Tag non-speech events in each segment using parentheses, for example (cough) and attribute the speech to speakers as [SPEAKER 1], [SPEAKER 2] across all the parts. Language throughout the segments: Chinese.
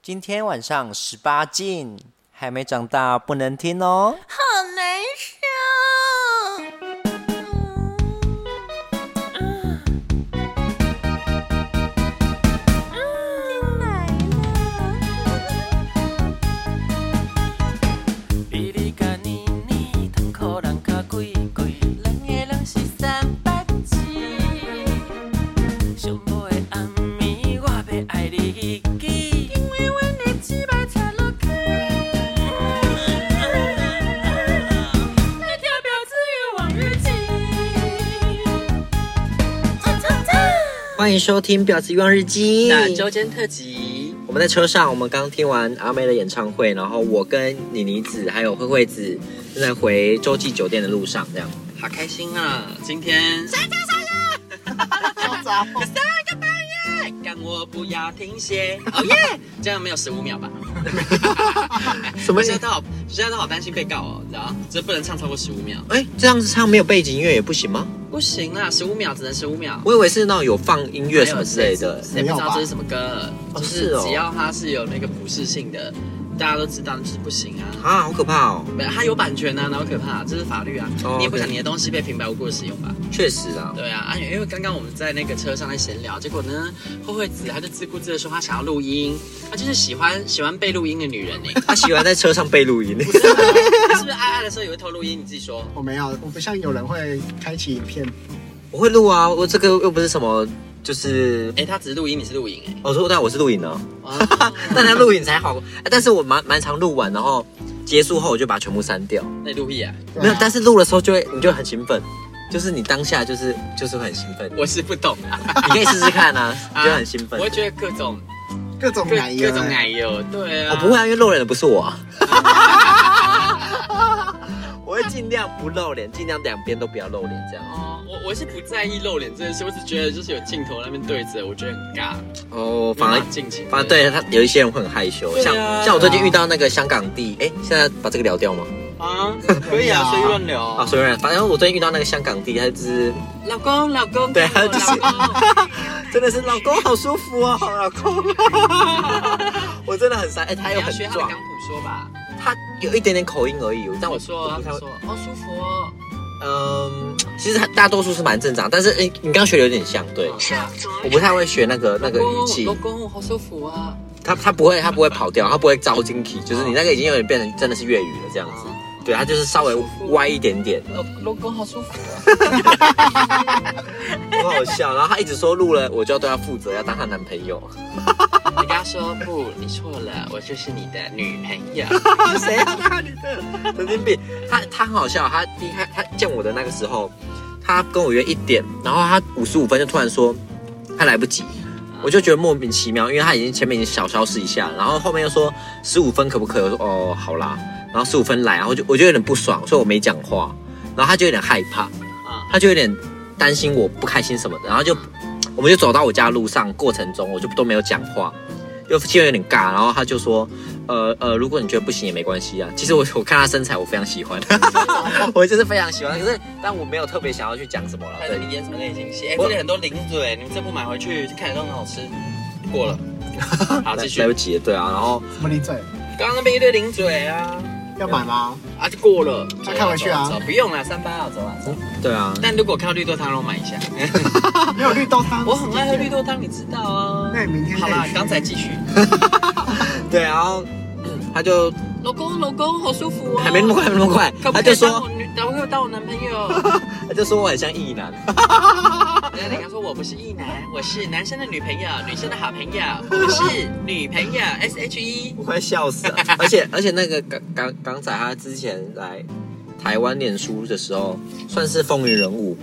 [SPEAKER 1] 今天晚上十八禁，还没长大不能听哦。
[SPEAKER 2] 好难受。嗯
[SPEAKER 3] 比你甲年年，通可人较贵贵，两个人是三八七。寂寞的暗暝，我要爱你一记，因为阮的翅膀插落去。来跳表子与往日情，
[SPEAKER 4] 欢迎收听《婊子欲望日记》。
[SPEAKER 3] 那周间特辑。
[SPEAKER 4] 我们在车上，我们刚听完阿妹的演唱会，然后我跟妮妮子还有慧慧子正在回洲际酒店的路上，这样。
[SPEAKER 3] 好开心啊！今天三加 (laughs) 三个，三个半夜，干我不要停歇，哦耶！这样没有十五秒吧？
[SPEAKER 4] 什么
[SPEAKER 3] 我现在都好，现在都好担心被告哦，你知道？这不能唱超过十五秒，
[SPEAKER 4] 哎，这样子唱没有背景音乐也不行吗？
[SPEAKER 3] 不行啦，十五秒只能十五秒。
[SPEAKER 4] 我以为是那种有放音乐什么之类的。哎
[SPEAKER 3] 谁不知道这是什么歌？就是
[SPEAKER 4] 哦
[SPEAKER 3] 只要它是有那个普适性的，大家都知道就是不行啊。
[SPEAKER 4] 啊，好可怕哦！
[SPEAKER 3] 没有，它有版权啊，然后可怕，这是法律啊
[SPEAKER 4] 哦。
[SPEAKER 3] 你也不
[SPEAKER 4] OK
[SPEAKER 3] 想你的东西被平白无故的使用吧？
[SPEAKER 4] 确实啊，
[SPEAKER 3] 对啊，啊，因为刚刚我们在那个车上在闲聊，结果呢，慧慧子她就自顾自的说她想要录音，她就是喜欢喜欢被录音的女人呢、
[SPEAKER 4] (laughs) 他喜欢在车上背录音。 (laughs)
[SPEAKER 3] 你是不是爱爱的时候也会偷录音？你自己说。
[SPEAKER 5] 我没有，我不像有人会开启影片，
[SPEAKER 4] 我会录啊，我这个又不是什么，就是。哦
[SPEAKER 3] 哎、她只是录音，你是录影欸
[SPEAKER 4] 我说，但我是录影的、
[SPEAKER 3] 哎、
[SPEAKER 4] (laughs) 但他录影才好。哎但是我蛮蛮常录完，然后结束后我就把它全部删掉。
[SPEAKER 3] 那你录屁啊！
[SPEAKER 5] 对啊
[SPEAKER 4] 没有，但是录的时候就会，你就会很兴奋，就是你当下就是就是会很兴
[SPEAKER 3] (laughs)
[SPEAKER 4] 奋。
[SPEAKER 3] 我是不懂啊，
[SPEAKER 4] 你可以试试看啊，你就很兴奋。
[SPEAKER 3] 我会觉得各种
[SPEAKER 5] 各种
[SPEAKER 3] 各
[SPEAKER 5] 奶油，哎
[SPEAKER 3] 各种奶油，对啊，
[SPEAKER 4] 啊我不会，啊，因为露脸的不是我、啊。我会尽量不露脸，尽量两边都不要露脸，这样。
[SPEAKER 3] 哦，我我是不在意露脸这件事，我只觉得就是有镜头那边对着，我觉得很尬，
[SPEAKER 4] 哦，反而
[SPEAKER 3] 没办法尽情，
[SPEAKER 4] 反而对他有一些人会很害羞，
[SPEAKER 3] 对啊
[SPEAKER 4] 像
[SPEAKER 3] 对啊
[SPEAKER 4] 像我最近遇到那个香港弟，哎，现在把这个聊掉吗？
[SPEAKER 3] 啊，可以啊，随意乱聊
[SPEAKER 4] 啊，随便，反正我最近遇到那个香港弟，他就是
[SPEAKER 3] 老公，老
[SPEAKER 4] (laughs)
[SPEAKER 3] 公，
[SPEAKER 4] 对
[SPEAKER 3] 给我
[SPEAKER 4] 就是
[SPEAKER 3] 老公。
[SPEAKER 4] 真的是老公好舒服哦，老公， (laughs) 我真的很伤，哎，他
[SPEAKER 3] 你
[SPEAKER 4] 又
[SPEAKER 3] 要
[SPEAKER 4] 很
[SPEAKER 3] 学他的
[SPEAKER 4] 壮
[SPEAKER 3] 港，普说吧。
[SPEAKER 4] 他有一点点口音而已，但
[SPEAKER 3] 我
[SPEAKER 4] 我
[SPEAKER 3] 说
[SPEAKER 4] 我
[SPEAKER 3] 啊，
[SPEAKER 4] 不太
[SPEAKER 3] 他
[SPEAKER 4] 会
[SPEAKER 3] 说哦舒服哦。
[SPEAKER 4] 嗯，其实大多数是蛮正常，但是诶、你刚学的有点像，对，我不太会学那个那个语气
[SPEAKER 3] 哦老，公，老公好舒服啊。
[SPEAKER 4] 他他不会他不会跑掉，他不会招惊体，就是你那个已经有点变成真的是粤语了这样子，
[SPEAKER 3] 哦
[SPEAKER 4] 对，他就是稍微歪一点点，
[SPEAKER 3] 老老公好舒服啊。
[SPEAKER 4] 很好笑。然后他一直说录了，我就要对他负责，要当他男朋友。
[SPEAKER 3] 你跟他说不，你错了，我就是你的女朋 (laughs) 友。
[SPEAKER 4] 谁要看你的？ (laughs) 神经病！他他很好笑，他第一开他见我的那个时候，他跟我约一点，然后他五十五分就突然说他来不及，我就觉得莫名其妙，因为他已经前面已经小消失一下，然后后面又说十五分可不可以？我说哦好啦，然后十五分来，然后就我就有点不爽，所以我没讲话，然后他就有点害怕，
[SPEAKER 3] 啊
[SPEAKER 4] 他就有点担心我不开心什么的，然后就我们就走到我家路上过程中，我就都没有讲话，又气氛有点尬，然后他就说，呃呃，如果你觉得不行也没关系啊。其实我我看他身材我非常
[SPEAKER 3] (laughs)
[SPEAKER 4] 喜欢，我就是非常喜欢，可是但我没有特别想要去讲什么了，
[SPEAKER 3] 还
[SPEAKER 4] 对
[SPEAKER 3] 是。你演什么类型戏？哎，
[SPEAKER 4] 我
[SPEAKER 3] 这里很多零嘴，你们这部买回去就看起来都很好吃。过了，好继续
[SPEAKER 4] 来。不及了，对啊，然后
[SPEAKER 5] 什么零嘴
[SPEAKER 3] 刚刚那边一堆零嘴啊，
[SPEAKER 5] 要买吗？
[SPEAKER 3] 啊就过了。
[SPEAKER 5] 再看回去啊
[SPEAKER 3] 走走走不用了，三八啊，走啊走。
[SPEAKER 4] 对啊，
[SPEAKER 3] 但如果看到绿豆汤，让我买一下。
[SPEAKER 5] (laughs) 没有绿豆汤，
[SPEAKER 3] 啊我很爱喝绿豆汤，你知道啊。
[SPEAKER 5] 那你明天可
[SPEAKER 3] 好
[SPEAKER 5] 以
[SPEAKER 3] 啦，
[SPEAKER 5] 去
[SPEAKER 3] 刚才继续。
[SPEAKER 4] 对，然后嗯他就
[SPEAKER 3] 老公，老公，好舒服哦。
[SPEAKER 4] 还没那么快，还没那么快，
[SPEAKER 3] 可不可
[SPEAKER 4] 他
[SPEAKER 3] 以
[SPEAKER 4] 就
[SPEAKER 3] 当
[SPEAKER 4] 说
[SPEAKER 3] 我女，可不可以当我男朋友？
[SPEAKER 4] 他就说我很像异男，
[SPEAKER 3] 然后你刚说我不是异男，我是男生的女朋友，女生的好朋友，我是女朋友 S H E。
[SPEAKER 4] 我快笑死了。而且而且那个港港港仔他之前来台湾念书的时候，算是风云人物，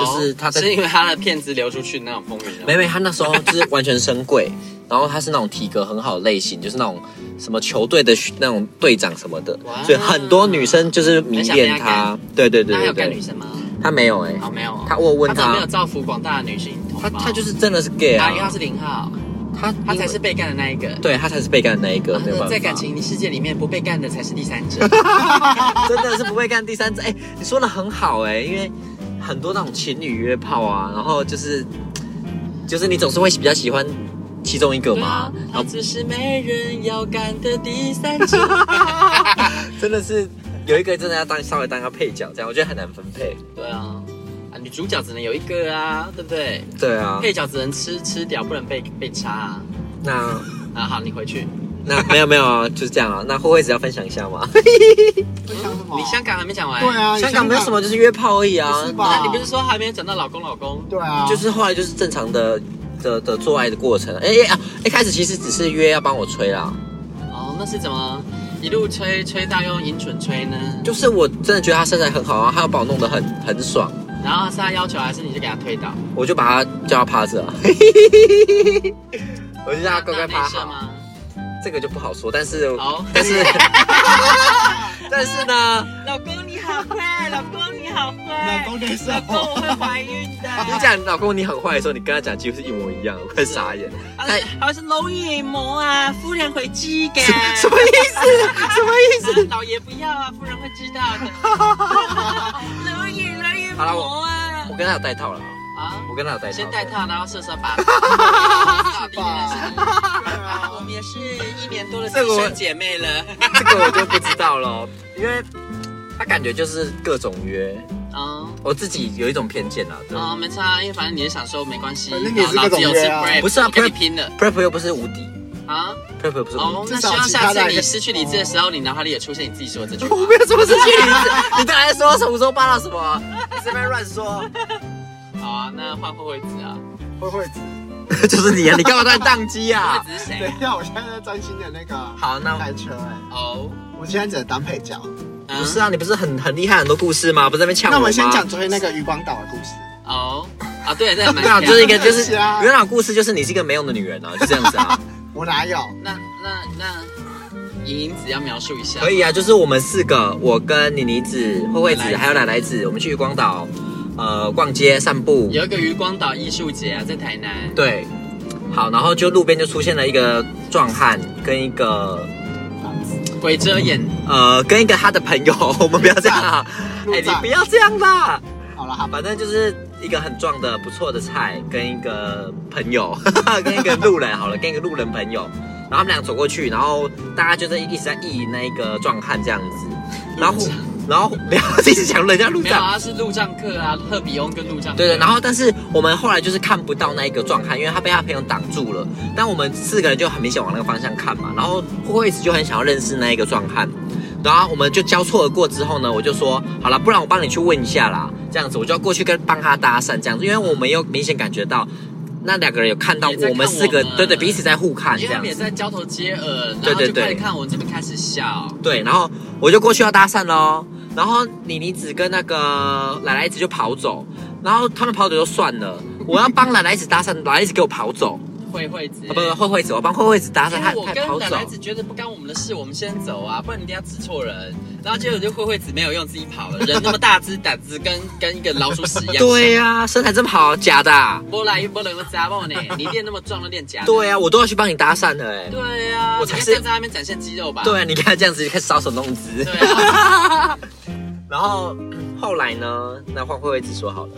[SPEAKER 4] 就是他在
[SPEAKER 3] 是哦因为他的片子流出去那种风云人物，
[SPEAKER 4] 没没，他那时候就是完全升贵，然后他是那种体格很好的类型，就是那种什么球队的那种队长什么的
[SPEAKER 3] 哇，
[SPEAKER 4] 所以很多女生就是迷恋
[SPEAKER 3] 很想被他
[SPEAKER 4] 他。对对
[SPEAKER 3] 那
[SPEAKER 4] 对
[SPEAKER 3] 还
[SPEAKER 4] 对
[SPEAKER 3] 有干女
[SPEAKER 4] 对，
[SPEAKER 3] 生吗？
[SPEAKER 4] 他没有哎、
[SPEAKER 3] 哦，没有哦，
[SPEAKER 4] 他我有问
[SPEAKER 3] 他怎么没
[SPEAKER 4] 他
[SPEAKER 3] 有，造福广大的女性同
[SPEAKER 4] 他
[SPEAKER 3] 胞
[SPEAKER 4] 他就是真的是 gay
[SPEAKER 3] 啊，因为他
[SPEAKER 4] 啊，
[SPEAKER 3] 是零号，
[SPEAKER 4] 他
[SPEAKER 3] 他才是被干的那一个。
[SPEAKER 4] 对他才是被干的那一个，
[SPEAKER 3] 啊
[SPEAKER 4] 没有办法，啊
[SPEAKER 3] 在感情世界里面，不被干的才是第三
[SPEAKER 4] (laughs)
[SPEAKER 3] 者。
[SPEAKER 4] 真的是不会干第三者。哎、你说的很好哎、因为很多那种情侣约炮啊，然后就是就是你总是会比较喜欢其中一个
[SPEAKER 3] 对
[SPEAKER 4] 嘛
[SPEAKER 3] 啊，，他只是没人要干的第三季。
[SPEAKER 4] (laughs) 真的是有一个真的要当稍微当个配角，这样我觉得很难分配。
[SPEAKER 3] 对啊，啊，女主角只能有一个啊，对不对？
[SPEAKER 4] 对啊，
[SPEAKER 3] 配角只能吃吃掉，不能被被插啊。
[SPEAKER 4] 那
[SPEAKER 3] 啊，好，你回去。
[SPEAKER 4] 那没有没有啊，就是这样啊。那慧慧只要分享一下嘛，
[SPEAKER 5] 会像什么？
[SPEAKER 3] 你香港还没讲完。
[SPEAKER 5] 对。 (laughs) 啊，
[SPEAKER 4] 香港没有什么，就是约炮而已啊
[SPEAKER 5] 不是，吧
[SPEAKER 3] 那你不是说还没有讲到老公老公？
[SPEAKER 5] 对啊，
[SPEAKER 4] 就是后来就是正常的的的做爱的过程。哎、哎啊，一开始其实只是约要帮我吹啦，
[SPEAKER 3] 哦，那是怎么一路吹吹到用银chuẩn吹呢？
[SPEAKER 4] 就是我真的觉得她身材很好啊，她要把我弄得很很爽，
[SPEAKER 3] 然后是他要求，还是你就给他推倒？
[SPEAKER 4] 我就把她叫她趴
[SPEAKER 3] (laughs)
[SPEAKER 4] 着啊，我就叫她乖乖趴
[SPEAKER 3] 那内射
[SPEAKER 4] 好。
[SPEAKER 3] 吗？
[SPEAKER 4] 这个就不好说，但是、
[SPEAKER 3] 好
[SPEAKER 4] (laughs) 但是但是呢，
[SPEAKER 2] 老公你好坏，老公你好
[SPEAKER 5] 老
[SPEAKER 2] 坏，
[SPEAKER 5] 公的手
[SPEAKER 2] 老，公我会怀孕的。
[SPEAKER 4] (laughs) 你讲老公你很坏的时候，你跟他讲几乎是一模一样，我快傻眼。
[SPEAKER 2] 还还是老爷膜啊，夫人会知嘅。
[SPEAKER 4] 什么意思？什么意思？
[SPEAKER 3] 老爷不要啊，夫人会知道
[SPEAKER 4] (laughs)
[SPEAKER 3] 的。
[SPEAKER 2] 老爷老爷
[SPEAKER 4] 好了
[SPEAKER 2] 膜啊
[SPEAKER 4] 我，跟他有戴套了，
[SPEAKER 3] 啊，
[SPEAKER 4] 我跟他有戴套。
[SPEAKER 3] 先戴套，然后射射吧。我们也是一年多的
[SPEAKER 4] 这
[SPEAKER 3] 资
[SPEAKER 4] 个我
[SPEAKER 3] 深姐妹了。 (laughs)
[SPEAKER 4] 这个我就不知道了，因为他感觉就是各种约，
[SPEAKER 3] 哦
[SPEAKER 4] 我自己有一种偏见啊。对
[SPEAKER 3] 哦，没差，因为反正你也享受，没关系。
[SPEAKER 5] 反正你也是各种
[SPEAKER 3] 老子有
[SPEAKER 5] 约啊
[SPEAKER 3] 吃 prep，
[SPEAKER 4] 不是啊
[SPEAKER 3] 我跟你
[SPEAKER 4] prep
[SPEAKER 3] 拼了
[SPEAKER 4] p r e p 又不是无敌
[SPEAKER 3] 啊！
[SPEAKER 4] p r e p 又不是无敌。
[SPEAKER 3] 哦，那
[SPEAKER 5] 至少
[SPEAKER 3] 希望
[SPEAKER 5] 其他
[SPEAKER 3] 下次
[SPEAKER 5] 的
[SPEAKER 3] 你失去理智的时候，你脑海里也出现你自己说的这句
[SPEAKER 4] (laughs)
[SPEAKER 3] 话
[SPEAKER 4] 我。没有什么事情，你你刚才说什么时候扒到什么？你随便乱说，
[SPEAKER 3] 好啊，那换慧慧子啊，
[SPEAKER 5] 会会子。
[SPEAKER 4] (laughs) 就是你 (laughs) 啊！你干嘛在宕机
[SPEAKER 3] 慧
[SPEAKER 4] 啊？
[SPEAKER 3] 慧子是谁
[SPEAKER 5] 等？一下，我现在在专心的那个
[SPEAKER 4] (laughs) 好，那
[SPEAKER 5] 开车哎，
[SPEAKER 3] 哦，
[SPEAKER 5] 我现在只能当配角。
[SPEAKER 3] 嗯
[SPEAKER 4] 不是啊，你不是很很厉害很多故事吗？不是在那边呛
[SPEAKER 5] 那
[SPEAKER 4] 我吗？
[SPEAKER 5] 我们先讲昨
[SPEAKER 4] (laughs)
[SPEAKER 5] 天那个渔光岛的故事。
[SPEAKER 3] 哦啊，对，这个蛮
[SPEAKER 4] 对啊，就是一个
[SPEAKER 5] (laughs)
[SPEAKER 4] 就是
[SPEAKER 5] 是啊
[SPEAKER 4] 原来故事就是你是一个没用的女人啊，就这样子
[SPEAKER 5] (laughs)
[SPEAKER 4] 啊。
[SPEAKER 5] 我哪有？
[SPEAKER 3] 那那那，莹莹子要描述一下，
[SPEAKER 4] 可以啊，就是我们四个，我跟妮妮子、慧慧子
[SPEAKER 3] 奶奶子
[SPEAKER 4] 还有奶奶子，我们去渔光岛，呃，逛街散步。
[SPEAKER 3] 有一个渔光岛艺术节啊，在台南。
[SPEAKER 4] 对，好，然后就路边就出现了一个壮汉跟一个
[SPEAKER 3] 鬼遮眼，
[SPEAKER 4] 呃跟一个他的朋友， (laughs) 我们不要这样啊！
[SPEAKER 5] 路
[SPEAKER 4] 哎、
[SPEAKER 5] 障
[SPEAKER 4] 你不要这样啦，
[SPEAKER 5] 好了，好吧，
[SPEAKER 4] 反正就是一个很壮的不错的菜，跟一个朋友， (laughs) 跟一个路人好了，跟一个路人朋友，然后他们俩走过去，然后大家就在一直在意淫那一个壮汉这样子，然后
[SPEAKER 3] 路障
[SPEAKER 4] 然后不要一直讲人家路
[SPEAKER 3] 没有
[SPEAKER 4] 障。
[SPEAKER 3] 啊，是路障客啊，赫比翁跟路障客。
[SPEAKER 4] 对对，然后但是我们后来就是看不到那一个壮汉，因为他被他朋友挡住了。但我们四个人就很明显往那个方向看嘛，然后惠子就很想要认识那一个壮汉，然后我们就交错而过之后呢，我就说好了，不然我帮你去问一下啦，这样子我就要过去跟帮他搭讪这样子，因为我们又明显感觉到那两个人有看到
[SPEAKER 3] 也在看
[SPEAKER 4] 我们四个
[SPEAKER 3] 我们
[SPEAKER 4] 对对彼此在互看这
[SPEAKER 3] 因为他
[SPEAKER 4] 样
[SPEAKER 3] 们也
[SPEAKER 4] 子。
[SPEAKER 3] 在交头接耳，然
[SPEAKER 4] 对
[SPEAKER 3] 后
[SPEAKER 4] 对
[SPEAKER 3] 就
[SPEAKER 4] 对
[SPEAKER 3] 快点看我们这边开始笑。
[SPEAKER 4] 对，然后我就过去要搭讪喽。然后妮妮子跟那个奶奶子就跑走，然后他们跑走就算了，我要帮奶奶子搭讪，奶奶子给我跑走，
[SPEAKER 3] 慧慧子，
[SPEAKER 4] 啊不不，慧慧子，我帮慧慧子搭讪，
[SPEAKER 3] 因
[SPEAKER 4] 她
[SPEAKER 3] 为我
[SPEAKER 4] 她
[SPEAKER 3] 跟
[SPEAKER 4] 跑
[SPEAKER 3] 奶
[SPEAKER 4] 走
[SPEAKER 3] 奶，子觉得不干我们的事，我们先走啊，不然你等下指错人。然后结果就慧慧子没有用，自己跑了。人那么大只，胆子跟跟一个老鼠屎一样。
[SPEAKER 4] (laughs) 对呀、身材这么好，假的啊、
[SPEAKER 3] 波来一波人会砸爆你，你练那么壮都练假的。
[SPEAKER 4] 对呀、我都要去帮你搭讪了哎、
[SPEAKER 3] 啊对呀，
[SPEAKER 4] 我
[SPEAKER 3] 你
[SPEAKER 4] 才
[SPEAKER 3] 看
[SPEAKER 4] 是
[SPEAKER 3] 站在那边展现肌肉吧。
[SPEAKER 4] 对啊，你看这样子就开始搔首弄姿。
[SPEAKER 3] 对啊，
[SPEAKER 4] 然后后来呢？那换慧慧子说好了，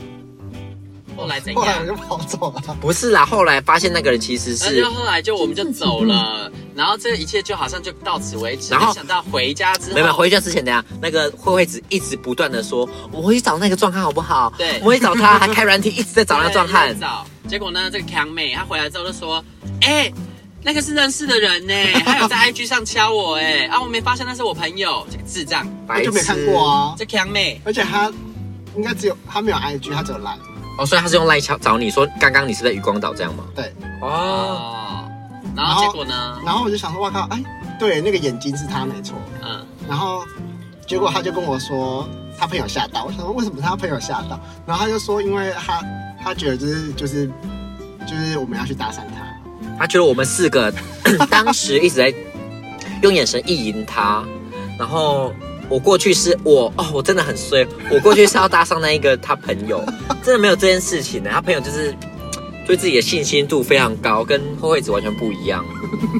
[SPEAKER 3] 后来怎
[SPEAKER 5] 后来我
[SPEAKER 3] 样？
[SPEAKER 5] 就跑走了。
[SPEAKER 4] 不是啦，后来发现那个人其实
[SPEAKER 3] 然后
[SPEAKER 4] 是
[SPEAKER 3] 就后来就我们就走了，然后这一切就好像就到此为止。
[SPEAKER 4] 然后
[SPEAKER 3] 没想到回家之后，
[SPEAKER 4] 没有没有回家之前，等一下那个慧慧子一直不断的说，我会去找那个壮汉好不好？
[SPEAKER 3] 对
[SPEAKER 4] 我会去找他，还开软体一直在找那个壮汉
[SPEAKER 3] 对。找哎结果呢，这个强妹她回来之后就说：“哎、那个是认识的
[SPEAKER 4] (laughs)
[SPEAKER 3] 人呢、还有在 IG 上敲我哎、啊，我没发现那是我朋友，这个智障，
[SPEAKER 5] 我就没看过啊，
[SPEAKER 3] 这强妹。
[SPEAKER 5] 而且他应该只有他没有 IG，他只有 Line。
[SPEAKER 4] 哦，所以他是用赖敲找你说，刚刚你是在渔光岛这样吗？
[SPEAKER 5] 对，
[SPEAKER 4] 哦，
[SPEAKER 3] 哦，然后结果呢？
[SPEAKER 5] 然后我就想说，哇靠，哎，对，那个眼睛是他没错。
[SPEAKER 3] 嗯，
[SPEAKER 5] 然后结果他就跟我说，他朋友吓到。我想说，为什么他朋友吓到？然后他就说，因为他他觉得就是就是就是我们要去搭讪他，
[SPEAKER 4] 他觉得我们四个 (coughs) 当时一直在用眼神意淫他，然后我过去是我哦，我真的很衰，我过去是要搭上那一个他朋友， (laughs) 真的没有这件事情呢、他朋友就是对自己的信心度非常高，跟慧慧子完全不一样。 (laughs)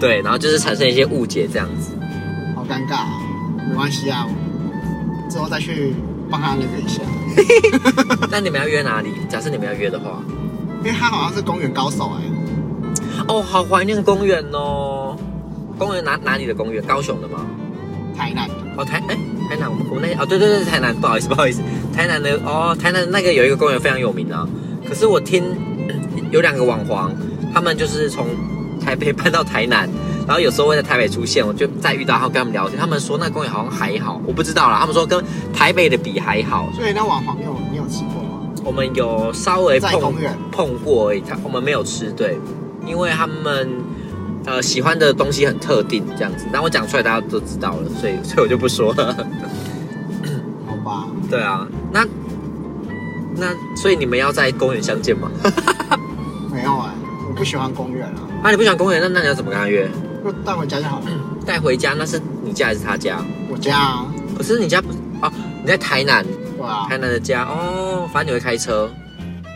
[SPEAKER 4] 对，然后就是产生一些误解这样子。
[SPEAKER 5] 好尴尬、啊。没关系啊，我之后再去帮他那个一下，
[SPEAKER 4] 那你们要约哪里？假设你们要约的话，
[SPEAKER 5] 因为他好像是公园高手哎、
[SPEAKER 4] 哦，好怀念公园哦。公园哪哪里的公园？高雄的吗？
[SPEAKER 5] 台南的。
[SPEAKER 4] 哦，台哎、台南，我们我们那哦，对对对，台南，不好意思不好意思，台南的哦，台南那个有一个公园非常有名啊。可是我听嗯有两个网黄，他们就是从台北搬到台南，然后有时候会在台北出现，我就再遇到他跟他们聊天，他们说那公园好像还好，我不知道啦，他们说跟台北的比还好。
[SPEAKER 5] 所以那网黄你有你有吃过吗？
[SPEAKER 4] 我们有稍微
[SPEAKER 5] 在
[SPEAKER 4] 碰
[SPEAKER 5] 公园
[SPEAKER 4] 碰过而已，他我们没有吃，对，因为他们呃喜欢的东西很特定这样子，但我讲出来大家都知道了，所以所以我就不说了。
[SPEAKER 5] 好吧，
[SPEAKER 4] 对啊，那那所以你们要在公园相见吗？
[SPEAKER 5] 没有哎、我不喜欢公园啊，
[SPEAKER 4] 啊，你不想公园，那那你要怎么跟他 (clears throat) 约？
[SPEAKER 5] 就带回家就好了。
[SPEAKER 4] 带回家那是你家还是他家？
[SPEAKER 5] 我家啊，
[SPEAKER 4] 可是你家不哦，你在台南，
[SPEAKER 5] 对啊
[SPEAKER 4] 台，南的家哦，反正你会开车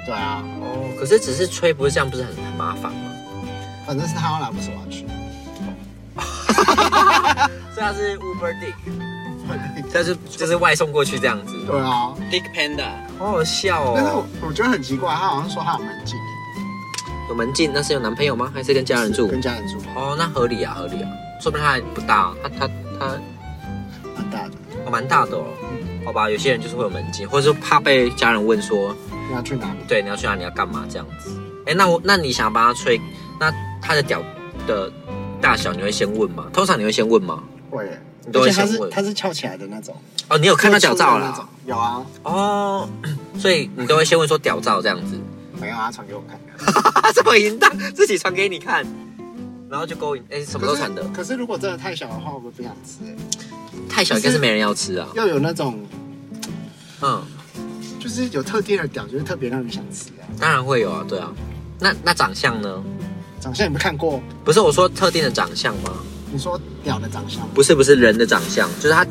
[SPEAKER 5] 对啊，
[SPEAKER 4] 哦，可是只是吹不是这样，不是很很麻烦吗？
[SPEAKER 5] 反正是他要来，不是我啊要去。
[SPEAKER 4] 所以他是 Uber Dick，他是就是外送过去这样子。
[SPEAKER 5] (laughs) 对啊，
[SPEAKER 3] Dick Panda，
[SPEAKER 4] 好好笑
[SPEAKER 5] 但是
[SPEAKER 4] 哦
[SPEAKER 5] 我。我觉得很奇怪，他好像说他有门禁，
[SPEAKER 4] 有门禁，那是有男朋友吗？还是跟家人住？
[SPEAKER 5] 跟家人住，
[SPEAKER 4] 哦，那合理啊，合理啊。说明他还不大，啊他他他
[SPEAKER 5] 蛮大的。
[SPEAKER 4] 哦蛮、大的哦。好吧，有些人就是会有门禁，或者是怕被家人问说，
[SPEAKER 5] 你要去哪里？
[SPEAKER 4] 对，你要去哪里，你要干嘛这样子。哎、那我那你想帮他吹，那他的屌的大小你会先问吗？通常你会先问吗？
[SPEAKER 5] 会耶，
[SPEAKER 4] 你都
[SPEAKER 5] 而
[SPEAKER 4] 会
[SPEAKER 5] 且他
[SPEAKER 4] 先
[SPEAKER 5] 是
[SPEAKER 4] 问
[SPEAKER 5] 他是翘起来的那种，
[SPEAKER 4] 哦，你有看到屌照
[SPEAKER 5] 做出的那种
[SPEAKER 4] 啦？？
[SPEAKER 5] 有啊，
[SPEAKER 4] 哦， (coughs) 所以你都会先问说屌照这样子。 (laughs)
[SPEAKER 5] 没有啊，传给我看。
[SPEAKER 4] 他这么淫荡，自己传给你看，然后就勾引，哎、什么
[SPEAKER 5] 可
[SPEAKER 4] 都
[SPEAKER 5] 是
[SPEAKER 4] 传的，
[SPEAKER 5] 可是如果真的太小的话，我们不想吃耶。
[SPEAKER 4] 太小应该是没人要吃啊。
[SPEAKER 5] 要有那种，
[SPEAKER 4] 嗯，
[SPEAKER 5] 就是有特定的屌，就是特别让你想吃啊。
[SPEAKER 4] 当然会有啊，对啊。那那长相呢？
[SPEAKER 5] 长相你没看过？
[SPEAKER 4] 不是我说特定的长相吗？
[SPEAKER 5] 你说屌的长相，
[SPEAKER 4] 不是不是人的长相，就是他，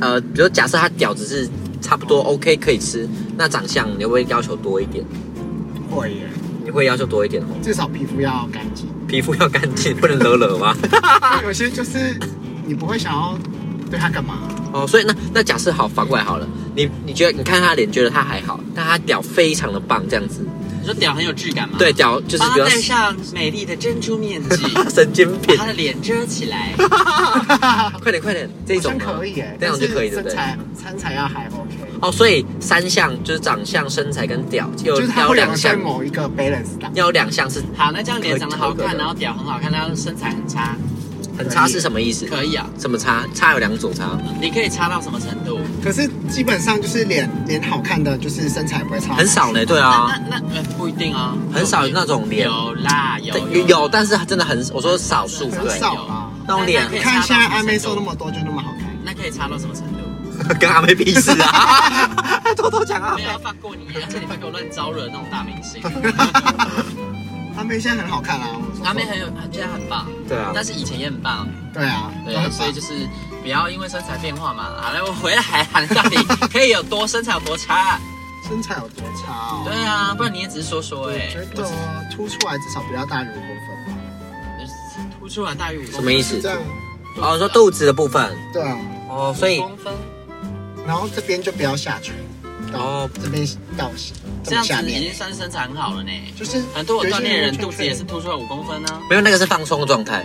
[SPEAKER 4] 呃，比如假设他屌只是差不多 OK 可以吃，那长相你会不会要求多一点？
[SPEAKER 5] 会耶，
[SPEAKER 4] 你会要求多一点哦，
[SPEAKER 5] 至少皮肤要干
[SPEAKER 4] (laughs)
[SPEAKER 5] 净。
[SPEAKER 4] 皮肤要干净，不能惹惹吗？ (laughs)
[SPEAKER 5] 有些就是你不会想要对他干嘛，
[SPEAKER 4] 哦，所以那那假设好反过来好了，你你觉得你看他脸觉得他还好，但他屌非常的棒这样子，
[SPEAKER 3] 你说屌很有质感
[SPEAKER 5] 啊
[SPEAKER 3] 吗？
[SPEAKER 4] 对，，屌就是
[SPEAKER 3] 帮
[SPEAKER 4] 比
[SPEAKER 3] 他
[SPEAKER 4] 较
[SPEAKER 3] 戴上美丽的珍珠面具，
[SPEAKER 4] (laughs) 神经
[SPEAKER 3] 把
[SPEAKER 4] 病，
[SPEAKER 3] 他的脸遮起来。
[SPEAKER 4] 快点快点，这
[SPEAKER 5] 好
[SPEAKER 4] 种
[SPEAKER 5] 像
[SPEAKER 4] 呢
[SPEAKER 5] 可以耶，
[SPEAKER 4] 这种就可以，对
[SPEAKER 5] 但
[SPEAKER 4] 不
[SPEAKER 5] 是
[SPEAKER 4] 对
[SPEAKER 5] 身？材身材要还 OK，
[SPEAKER 4] 哦，所以三项就是长相、身材跟屌，有
[SPEAKER 5] 就是他
[SPEAKER 4] 要有
[SPEAKER 5] 会两
[SPEAKER 4] 两
[SPEAKER 5] 个在
[SPEAKER 4] 项，
[SPEAKER 5] 某一个 balance 档，
[SPEAKER 4] 要有两项是
[SPEAKER 3] 好，那这样脸长得好
[SPEAKER 4] (laughs) 可以可
[SPEAKER 3] 看，
[SPEAKER 4] 以
[SPEAKER 3] 然后屌很好看，然后身材很差，
[SPEAKER 4] 很差是什么意思？
[SPEAKER 3] 可以啊。
[SPEAKER 4] 什么差？差有两种差。
[SPEAKER 3] 你可以差到什么程度？
[SPEAKER 5] 可是基本上就是脸脸好看的，就是身材不会差，
[SPEAKER 4] 很少呢，对啊，
[SPEAKER 3] 那那呃不一定哦，
[SPEAKER 4] 很少有那种脸
[SPEAKER 3] 有啦，有
[SPEAKER 4] 对有，但是真的很，我说少数，
[SPEAKER 5] 很
[SPEAKER 4] 对，
[SPEAKER 5] 少啦。
[SPEAKER 4] 那种脸
[SPEAKER 3] 那可
[SPEAKER 5] 你
[SPEAKER 3] 以
[SPEAKER 5] 看现在阿妹瘦
[SPEAKER 3] 瘦
[SPEAKER 5] 那么多，就那么好看，
[SPEAKER 3] 那可以差到什么程度？
[SPEAKER 4] 跟阿妹比试
[SPEAKER 3] (laughs)
[SPEAKER 4] 啊，偷偷讲啊
[SPEAKER 3] 没，有放过你，而且你放给我乱招惹那种大明
[SPEAKER 5] (laughs)
[SPEAKER 3] 星。
[SPEAKER 5] 阿妹现在很好看啊，我说
[SPEAKER 3] 阿妹很有，现在很棒，
[SPEAKER 4] 对啊
[SPEAKER 3] 但是以前也很棒，
[SPEAKER 5] 对啊，
[SPEAKER 3] 对
[SPEAKER 5] 都
[SPEAKER 3] 啊，
[SPEAKER 5] 很
[SPEAKER 3] 所以
[SPEAKER 5] 棒
[SPEAKER 3] 就。是不要因为身材变化嘛。好了，我回来啊，你到底可以有多身材有多差？
[SPEAKER 5] (laughs) 身材有多差
[SPEAKER 3] 对
[SPEAKER 5] 哦？
[SPEAKER 3] 啊，不然你也只是说说
[SPEAKER 5] 我
[SPEAKER 3] 哎、
[SPEAKER 5] 觉得凸出来至少不要大于五公分吧，
[SPEAKER 3] 就是突出来大于五公分，
[SPEAKER 4] 什么意思
[SPEAKER 5] 是这？样，
[SPEAKER 4] 哦，说肚子的部分，
[SPEAKER 5] 对啊。
[SPEAKER 4] 哦，所以
[SPEAKER 3] 公分，
[SPEAKER 5] 然后这边就不要下垂，
[SPEAKER 4] 哦
[SPEAKER 5] 哦，这边到下
[SPEAKER 3] 这
[SPEAKER 5] 这么
[SPEAKER 3] 样
[SPEAKER 5] 下
[SPEAKER 3] 子已经
[SPEAKER 5] 面，
[SPEAKER 3] 算是身材很好了呢。
[SPEAKER 5] 就是
[SPEAKER 3] 很多我
[SPEAKER 5] 有一
[SPEAKER 3] 锻
[SPEAKER 5] 些
[SPEAKER 3] 炼人
[SPEAKER 5] 完全
[SPEAKER 3] 肚子
[SPEAKER 5] 可以
[SPEAKER 3] 也是凸出来五公分呢、
[SPEAKER 4] 没有那个是放松的状态，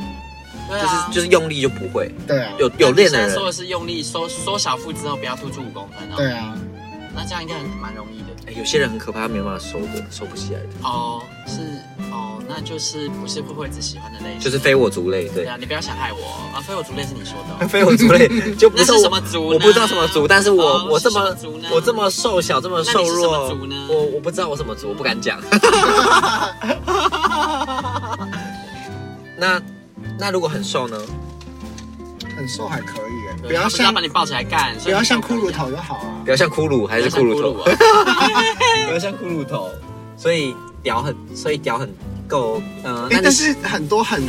[SPEAKER 3] 对
[SPEAKER 4] 就
[SPEAKER 3] 啊，
[SPEAKER 4] 是就是用力就不会，
[SPEAKER 5] 对啊，
[SPEAKER 4] 有有练的
[SPEAKER 3] 现在
[SPEAKER 4] 人
[SPEAKER 3] 说，的是用力缩缩小腹之后不要突出五公分哦。
[SPEAKER 5] 对，啊，
[SPEAKER 3] 那这样应该很蛮容易的。
[SPEAKER 4] 哎有些人很可怕，他没办法收的，收不起来的，
[SPEAKER 3] 哦，是哦，那就是不是慧慧子喜欢的类型。
[SPEAKER 4] 就是非我族类，对
[SPEAKER 3] 对。啊，你不要想害我哦啊！非我族类是你说
[SPEAKER 4] (laughs)
[SPEAKER 3] 的哦、
[SPEAKER 4] 非我族
[SPEAKER 3] (laughs)
[SPEAKER 4] 类就不
[SPEAKER 3] 那
[SPEAKER 4] 我
[SPEAKER 3] 是什么族呢
[SPEAKER 4] 我不知道什么族，但是我、
[SPEAKER 3] 哦
[SPEAKER 4] 我
[SPEAKER 3] 是
[SPEAKER 4] 这
[SPEAKER 3] 什么
[SPEAKER 4] 么
[SPEAKER 3] 族呢
[SPEAKER 4] 我这么瘦小，这么
[SPEAKER 3] 那
[SPEAKER 4] 瘦
[SPEAKER 3] 你是什么
[SPEAKER 4] 弱
[SPEAKER 3] 族呢，
[SPEAKER 4] 我我不知道我什么族，我不敢
[SPEAKER 3] (laughs)
[SPEAKER 4] 讲。那那如果很瘦呢？
[SPEAKER 5] 很瘦还可以耶，
[SPEAKER 3] 对啊
[SPEAKER 5] 不要
[SPEAKER 3] 他
[SPEAKER 5] 像
[SPEAKER 3] 把你抱起来干，
[SPEAKER 5] 不
[SPEAKER 3] 所以
[SPEAKER 5] 要
[SPEAKER 3] 你
[SPEAKER 5] 像
[SPEAKER 3] 不可
[SPEAKER 5] 骷
[SPEAKER 3] 以
[SPEAKER 5] 髅头就好啊
[SPEAKER 4] 不，要像骷髅，
[SPEAKER 3] 不
[SPEAKER 4] 还
[SPEAKER 3] 要
[SPEAKER 4] 是
[SPEAKER 3] 像
[SPEAKER 4] 骷
[SPEAKER 3] 骷
[SPEAKER 4] 髅头
[SPEAKER 3] 髅，
[SPEAKER 4] 不
[SPEAKER 3] 哦。
[SPEAKER 4] (laughs) 要像骷髅头，所以屌很，所以屌很够，呃，
[SPEAKER 5] 哎
[SPEAKER 4] 那，你
[SPEAKER 5] 但是很多很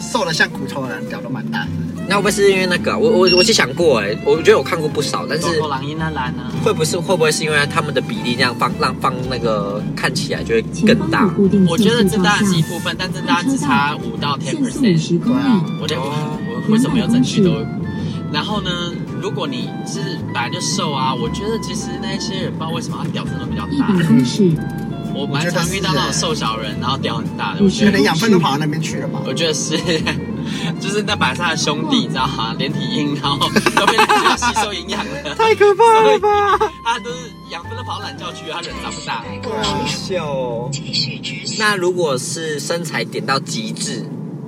[SPEAKER 5] 瘦的像骨头的人屌都蛮大的，
[SPEAKER 4] 那会不会是因为那个啊？我我我是想过哎、我觉得我看过不 (laughs) 少，但是
[SPEAKER 3] 狗头狼鹰那蓝呢？
[SPEAKER 4] 会不是会不会是因为他们的比例那样放让放那个看起来就会更大？
[SPEAKER 3] 我觉得这当然是一部分，但这当然只差五到 ten
[SPEAKER 6] 限速五
[SPEAKER 3] percent。
[SPEAKER 6] 十公
[SPEAKER 5] 对啊
[SPEAKER 6] 里，
[SPEAKER 3] 我连我
[SPEAKER 4] 哦
[SPEAKER 3] 我为什么有整句都？然后呢，如果你是本来就瘦啊，我觉得其实那一些人不知道为什么他屌真的比较
[SPEAKER 4] 嗯
[SPEAKER 6] 一
[SPEAKER 3] 大，
[SPEAKER 6] 百公尺，
[SPEAKER 3] 我蛮常遇到那
[SPEAKER 4] 啊
[SPEAKER 3] 种瘦小人，然后屌很大的。我觉
[SPEAKER 5] 可
[SPEAKER 3] 得
[SPEAKER 5] 能养分都跑到那边去了吧？
[SPEAKER 3] 我觉得是，就是 (laughs) 那把他的兄弟，你知道吗？连体婴，然后都被他吸收营养了。
[SPEAKER 4] 太可怕了吧！
[SPEAKER 3] (laughs) 他都是养分都跑懒觉去了，他人长不大。
[SPEAKER 5] 对啊，
[SPEAKER 4] 笑哦。
[SPEAKER 6] 继续执行。
[SPEAKER 4] 那如果是身材点到极致，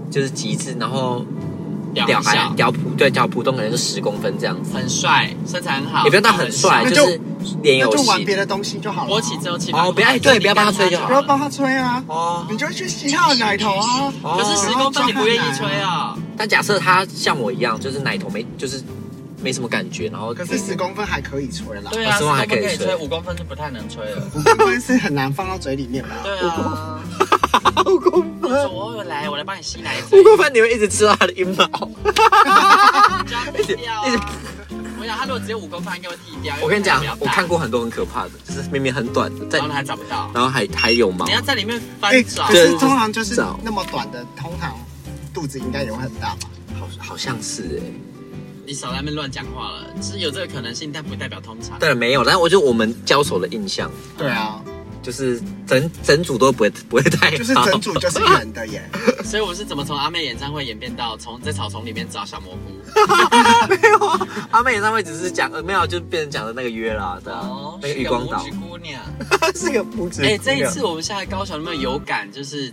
[SPEAKER 4] 就是极致，然后
[SPEAKER 3] 屌
[SPEAKER 4] 屌
[SPEAKER 3] 很
[SPEAKER 4] 还
[SPEAKER 3] 小，
[SPEAKER 4] 屌普对屌普通可能就十公分这样子，
[SPEAKER 3] 很帅，身材很好，
[SPEAKER 4] 也不用到很帅，
[SPEAKER 5] 那
[SPEAKER 4] 就
[SPEAKER 5] 就是
[SPEAKER 4] 脸
[SPEAKER 5] 那
[SPEAKER 4] 有
[SPEAKER 5] 就玩
[SPEAKER 4] 戏
[SPEAKER 5] 别。的东西就好了。
[SPEAKER 3] 勃起之后气
[SPEAKER 4] 哦，不要对，不要帮他吹就好
[SPEAKER 5] 不要
[SPEAKER 4] 了。
[SPEAKER 5] 帮他吹啊，
[SPEAKER 4] 哦
[SPEAKER 5] 你就去吸他的奶头啊。
[SPEAKER 4] 哦
[SPEAKER 3] 可是十公分你不愿意吹啊？
[SPEAKER 4] 但假设他像我一样，就是奶头没，就是没什么感觉，然后
[SPEAKER 5] 可是十公分还可以吹啦，
[SPEAKER 3] 对
[SPEAKER 4] 哦
[SPEAKER 3] 啊，十
[SPEAKER 4] 十
[SPEAKER 3] 公
[SPEAKER 4] 公分
[SPEAKER 3] 分
[SPEAKER 4] 还可以
[SPEAKER 3] 可以吹，
[SPEAKER 4] 吹
[SPEAKER 3] 五公分就不太能吹 (laughs) 了。
[SPEAKER 5] 五公分是很难放到嘴里面吧？
[SPEAKER 3] 对啊，
[SPEAKER 4] 五公
[SPEAKER 3] 我说我会来，我来帮你吸奶 (laughs) 嘴
[SPEAKER 4] 五，公分你会一直吃到他的阴毛。
[SPEAKER 3] 就要剃掉啊。我想他如果只有五公分，他应该会剃掉。
[SPEAKER 4] 我跟你讲
[SPEAKER 3] 因为他比
[SPEAKER 4] 我
[SPEAKER 3] 较，大
[SPEAKER 4] 看，过很多很可怕的，就是明明很短的，在
[SPEAKER 3] 然后还找不到。
[SPEAKER 4] 然后还还有毛
[SPEAKER 3] 你。要在里面翻
[SPEAKER 5] 哎，
[SPEAKER 3] 找
[SPEAKER 5] 可，是通常就是
[SPEAKER 4] 找
[SPEAKER 5] 那么短的，通常肚子应该也会很大吧？
[SPEAKER 4] 好好像是哎、
[SPEAKER 3] 你少在那边乱讲话了，是有这个可能性，但不代表通常。
[SPEAKER 4] 对了没有，但我就我们交手的印象
[SPEAKER 5] 对啊，
[SPEAKER 4] 就是整整组都不会不会太好，
[SPEAKER 5] 就是整组就是圆的耶。
[SPEAKER 3] 所以我是怎么从阿妹演唱会演变到从在草丛里面找小蘑菇？ (laughs)
[SPEAKER 4] 没有啊， (laughs) 阿妹演唱会只是讲呃没有，就变成讲的那个约啦，对啊，那个
[SPEAKER 3] 哦是
[SPEAKER 4] 余
[SPEAKER 3] 个
[SPEAKER 4] 光
[SPEAKER 3] 拇
[SPEAKER 4] 岛
[SPEAKER 3] 指姑娘。
[SPEAKER 5] (laughs)
[SPEAKER 4] 是个拇指
[SPEAKER 3] 哎、这一次我们下来高雄有没有有感？就是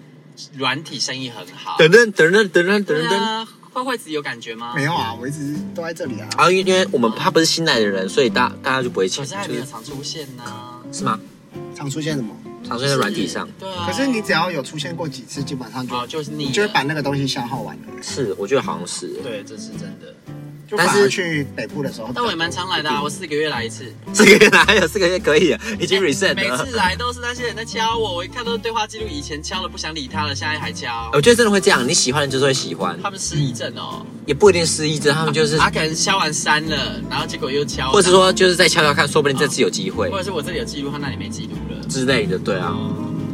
[SPEAKER 3] 软体生意很好。
[SPEAKER 4] 等等等等等等
[SPEAKER 3] 对
[SPEAKER 4] 等等。
[SPEAKER 3] 啊，慧慧子有感觉吗？
[SPEAKER 5] 没有啊，我一直都在这里啊。
[SPEAKER 4] 啊，因为我们他不是新来的人，所以大大家就不会请，
[SPEAKER 3] 可是还
[SPEAKER 4] 就
[SPEAKER 3] 没有
[SPEAKER 4] 是
[SPEAKER 3] 常出现呢、
[SPEAKER 4] 是吗？
[SPEAKER 5] 常出现什么？
[SPEAKER 4] 常出现在软体上
[SPEAKER 3] 是，对啊。
[SPEAKER 5] 可是你只要有出现过几次，基本上
[SPEAKER 3] 哦，
[SPEAKER 5] 就
[SPEAKER 3] 就是你
[SPEAKER 5] 就会把那个东西消耗完了。
[SPEAKER 4] 是我觉得好像是欸
[SPEAKER 3] 对，这是真的。
[SPEAKER 5] 就
[SPEAKER 4] 但
[SPEAKER 5] 反
[SPEAKER 4] 是
[SPEAKER 5] 而去北部的时候，
[SPEAKER 3] 但我也蛮常来的、啊，我四个月来一次。
[SPEAKER 4] 这个月哪有这个月可以啊，已经 reset
[SPEAKER 3] 哎每
[SPEAKER 4] 了
[SPEAKER 3] 次。来都是那些人在敲我，我一看都是对话记录，以前敲了不想理他了，现在还敲。
[SPEAKER 4] 我觉得真的会这样，你喜欢的就是会喜欢，
[SPEAKER 3] 他们失忆症哦，
[SPEAKER 4] 也不一定失忆症，他们嗯就是，
[SPEAKER 3] 他可能敲完三了，然后结果又敲，
[SPEAKER 4] 或者是，说就是再敲敲看，说不定这次有机会
[SPEAKER 3] 或者是我这里有记录，他那里没记录了。
[SPEAKER 4] 之类的，对啊。
[SPEAKER 3] 哦，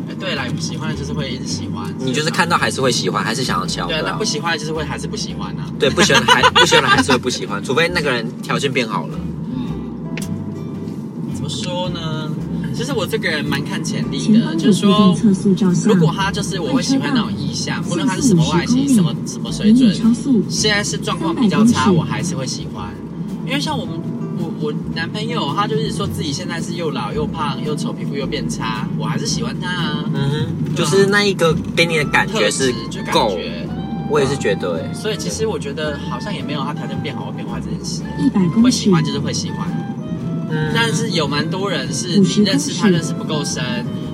[SPEAKER 3] 哎对啦，不喜欢的就是会一直喜欢，
[SPEAKER 4] 你就是看到还是会喜欢，还是想要敲，
[SPEAKER 3] 对啊，那
[SPEAKER 4] 啊
[SPEAKER 3] 不。喜欢的就是会还是不喜欢啊。
[SPEAKER 4] 对，不喜欢的还 (laughs) 不喜欢的还是会不喜欢，除非那个人条件变好了。
[SPEAKER 3] 怎么说呢？其实我这个人蛮看潜力的，就是说，
[SPEAKER 7] 测速照相，
[SPEAKER 3] 如果他就是我会喜欢那种意向，不论他是什么外形、什么什么水
[SPEAKER 7] 每
[SPEAKER 3] 准
[SPEAKER 7] 米，超速
[SPEAKER 3] 现在是状况比较
[SPEAKER 7] 嗯
[SPEAKER 3] 差，我还是会喜欢，因为像我们，我我男朋友他就是说自己现在是又老又胖又丑，皮肤又变差，我还是喜欢他啊，
[SPEAKER 4] 嗯哼，就是那一个给你的感
[SPEAKER 3] 特
[SPEAKER 4] 觉
[SPEAKER 3] 质
[SPEAKER 4] 是
[SPEAKER 3] 就感
[SPEAKER 4] 够，
[SPEAKER 3] 觉，
[SPEAKER 4] 我也是觉得哎、
[SPEAKER 3] 所以其实我觉得好像也没有他条件变好或变坏这件事，
[SPEAKER 7] 一百公
[SPEAKER 3] 会
[SPEAKER 7] 尺
[SPEAKER 3] 喜，欢就是会喜欢，
[SPEAKER 4] 嗯，
[SPEAKER 3] 但是有蛮多人是你认识他认识不够深，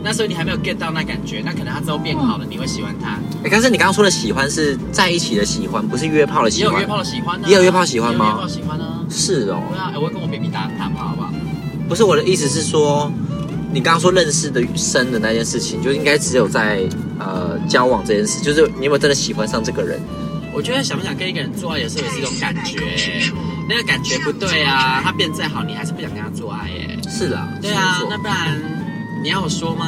[SPEAKER 3] 那所以你还没有 get 到那感觉，那可能他之后变好了，你会喜欢他，
[SPEAKER 4] 哎但是你刚刚说的喜欢是在一起的喜欢，不是约炮的
[SPEAKER 3] 也
[SPEAKER 4] 喜
[SPEAKER 3] 有
[SPEAKER 4] 欢
[SPEAKER 3] 约。炮的喜欢呢，
[SPEAKER 4] 也有约炮喜欢吗
[SPEAKER 3] 也有约炮喜欢呢，
[SPEAKER 4] 是哦，
[SPEAKER 3] 对啊，哎我会跟我 baby 打打炮好不好？
[SPEAKER 4] 不是我的意思是说，你刚刚说认识的深的那件事情，就应该只有在呃交往这件事，就是你有没有真的喜欢上这个人？
[SPEAKER 3] 我觉得想不想跟一个人做爱，有时候也是一种感觉，那个感觉不对啊。他变再好，你还是不想跟他做爱耶。
[SPEAKER 4] 是啦，
[SPEAKER 3] 对啊
[SPEAKER 4] 是，没错
[SPEAKER 3] 那不然你要我说吗？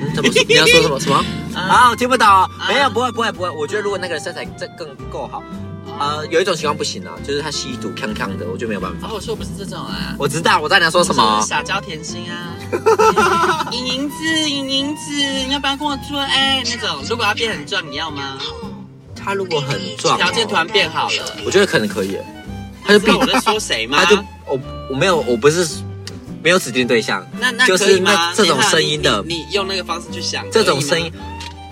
[SPEAKER 4] 嗯怎么说你要说什么什么？啊，我听不懂，没有，
[SPEAKER 3] 嗯
[SPEAKER 4] 不会，不会，不会。我觉得如果那个人身材这更够好，呃，有一种情况不行啊，就是他吸毒康康的，我就没有办法。
[SPEAKER 3] 然后我说我不是这种啊，
[SPEAKER 4] 我知道我在想说什
[SPEAKER 3] 我
[SPEAKER 4] 么
[SPEAKER 3] 是，撒娇甜心啊， (laughs) 尹宁子，尹宁子，你要不要跟我做爱？那种如果他变很壮，你要吗？
[SPEAKER 4] 他如果很壮哦，
[SPEAKER 3] 条件突然变好了，
[SPEAKER 4] 我觉得可能可以耶，他就
[SPEAKER 3] 知道
[SPEAKER 4] 变
[SPEAKER 3] 我，在说谁吗
[SPEAKER 4] (laughs) 他？就我我没有，我不是没有指定对象，
[SPEAKER 3] 那那
[SPEAKER 4] 就
[SPEAKER 3] 可以
[SPEAKER 4] 是
[SPEAKER 3] 吗
[SPEAKER 4] 那？这种声音的
[SPEAKER 3] 你你你用那个方式去想，
[SPEAKER 4] 这种
[SPEAKER 3] 可
[SPEAKER 4] 声
[SPEAKER 3] 以吗
[SPEAKER 4] 音，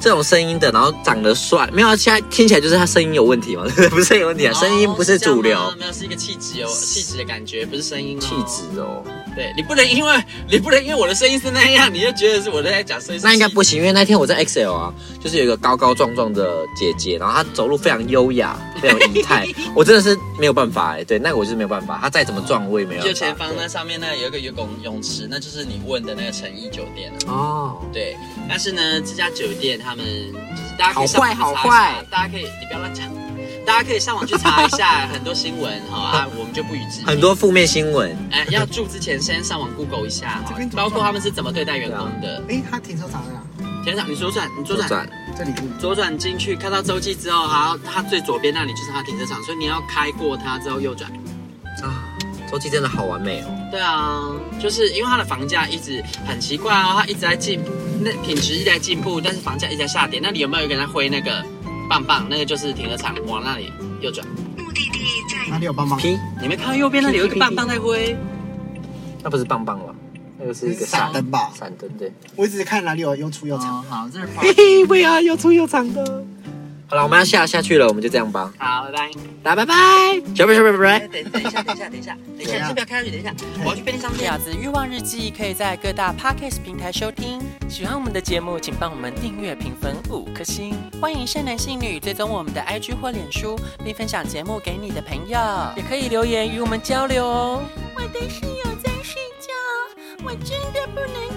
[SPEAKER 4] 这种声音的，然后长得帅，没有啊，现在听起来就是他声音有问题嘛， (laughs) 不是有问题啊，声音不是主流
[SPEAKER 3] 哦是这样吗没有是一个气质哦，气质的感觉，不是声音、哦。
[SPEAKER 4] 气质哦，
[SPEAKER 3] 对你不能因为 (laughs) 你不能因为我的声音是那样，你就觉得是我在讲声音。
[SPEAKER 4] 那应该不。行，因为那天我在 XL 啊，就是有一个高高壮壮的姐姐，然后她走路非常优雅，非常有仪
[SPEAKER 3] (laughs)
[SPEAKER 4] 态，我真的是没有办法哎、对，那个我就是没有办法，她再怎么壮我也没有办法。
[SPEAKER 3] 右前方那上面那有一个游泳泳池，那就是你问的那个诚意酒店了。
[SPEAKER 4] 哦，
[SPEAKER 3] 对，但是呢，这家酒店他们就是大家可
[SPEAKER 4] 好
[SPEAKER 3] 以上
[SPEAKER 4] 坏
[SPEAKER 3] 网去查
[SPEAKER 4] 好
[SPEAKER 3] 一下
[SPEAKER 4] 坏
[SPEAKER 3] 大家可以你不要乱讲，大家可以上网去查一下很多新闻，
[SPEAKER 4] (laughs)
[SPEAKER 3] 好啊，我们就不予置评。
[SPEAKER 4] 很多负面新闻，
[SPEAKER 3] 哎，要住之前先上网 Google 一下哈
[SPEAKER 5] 这边，怎么
[SPEAKER 3] 包括他们是怎么对待员工的。
[SPEAKER 5] 哎，他停车场在哪？
[SPEAKER 3] 田长，你左转，你左转。
[SPEAKER 4] 啊转
[SPEAKER 5] 这里是吗
[SPEAKER 3] 左转进去，看到洲际之后，好，它最左边那里就是它停车场，所以你要开过它之后右转。
[SPEAKER 4] 啊，周记真的好完美哦。
[SPEAKER 3] 对啊，就是因为它的房价一直很奇怪哦，它一直在进，那品质一直在进步，但是房价一直在下跌。那里有没有一个人在挥那个棒棒？那个就是停车场，往那里右转。
[SPEAKER 6] 目的地在
[SPEAKER 5] 哪里有帮忙？
[SPEAKER 4] P，
[SPEAKER 3] 你没看到右边那里有一个棒棒在挥？
[SPEAKER 4] 那不是棒棒了，那个是一个
[SPEAKER 5] 闪灯吧
[SPEAKER 4] 闪灯对。
[SPEAKER 5] 我一直看哪里有又粗又长。
[SPEAKER 3] 哦，好，这是放
[SPEAKER 4] 嘿嘿，我也要又粗又长的。好了，我们要下下去了，我们就这样吧，
[SPEAKER 3] 好，拜拜。
[SPEAKER 4] 大家拜拜，小北小北拜拜。
[SPEAKER 3] 等等一下，等一下，等一下，等一
[SPEAKER 5] 下你先不
[SPEAKER 3] 要开下去，等一下，
[SPEAKER 5] 我要
[SPEAKER 3] 去便利商
[SPEAKER 7] 《婊子欲望日记》可以在各大 podcast 平台收听。喜欢我们的节目，请帮我们订阅、评分五颗星。欢迎善男信女追踪我们的 IG 或脸书，并分享节目给你的朋友，也可以留言与我们交流哦。
[SPEAKER 6] 我的室友在睡觉，我真的不能